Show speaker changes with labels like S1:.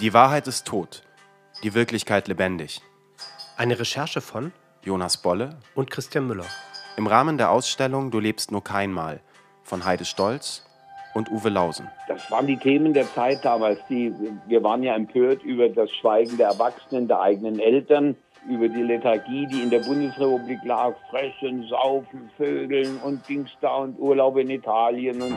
S1: Die Wahrheit ist tot, die Wirklichkeit lebendig.
S2: Eine Recherche von
S1: Jonas Bolle
S2: und Christian Müller.
S1: im Rahmen der Ausstellung Du lebst nur keinmal von Heide Stolz und Uwe Lausen.
S3: Das waren die Themen der Zeit damals. Die, wir waren ja empört über das Schweigen der Erwachsenen, der eigenen Eltern, über die Lethargie, die in der Bundesrepublik lag. Fressen, saufen, vögeln und Dings da und Urlaub in Italien und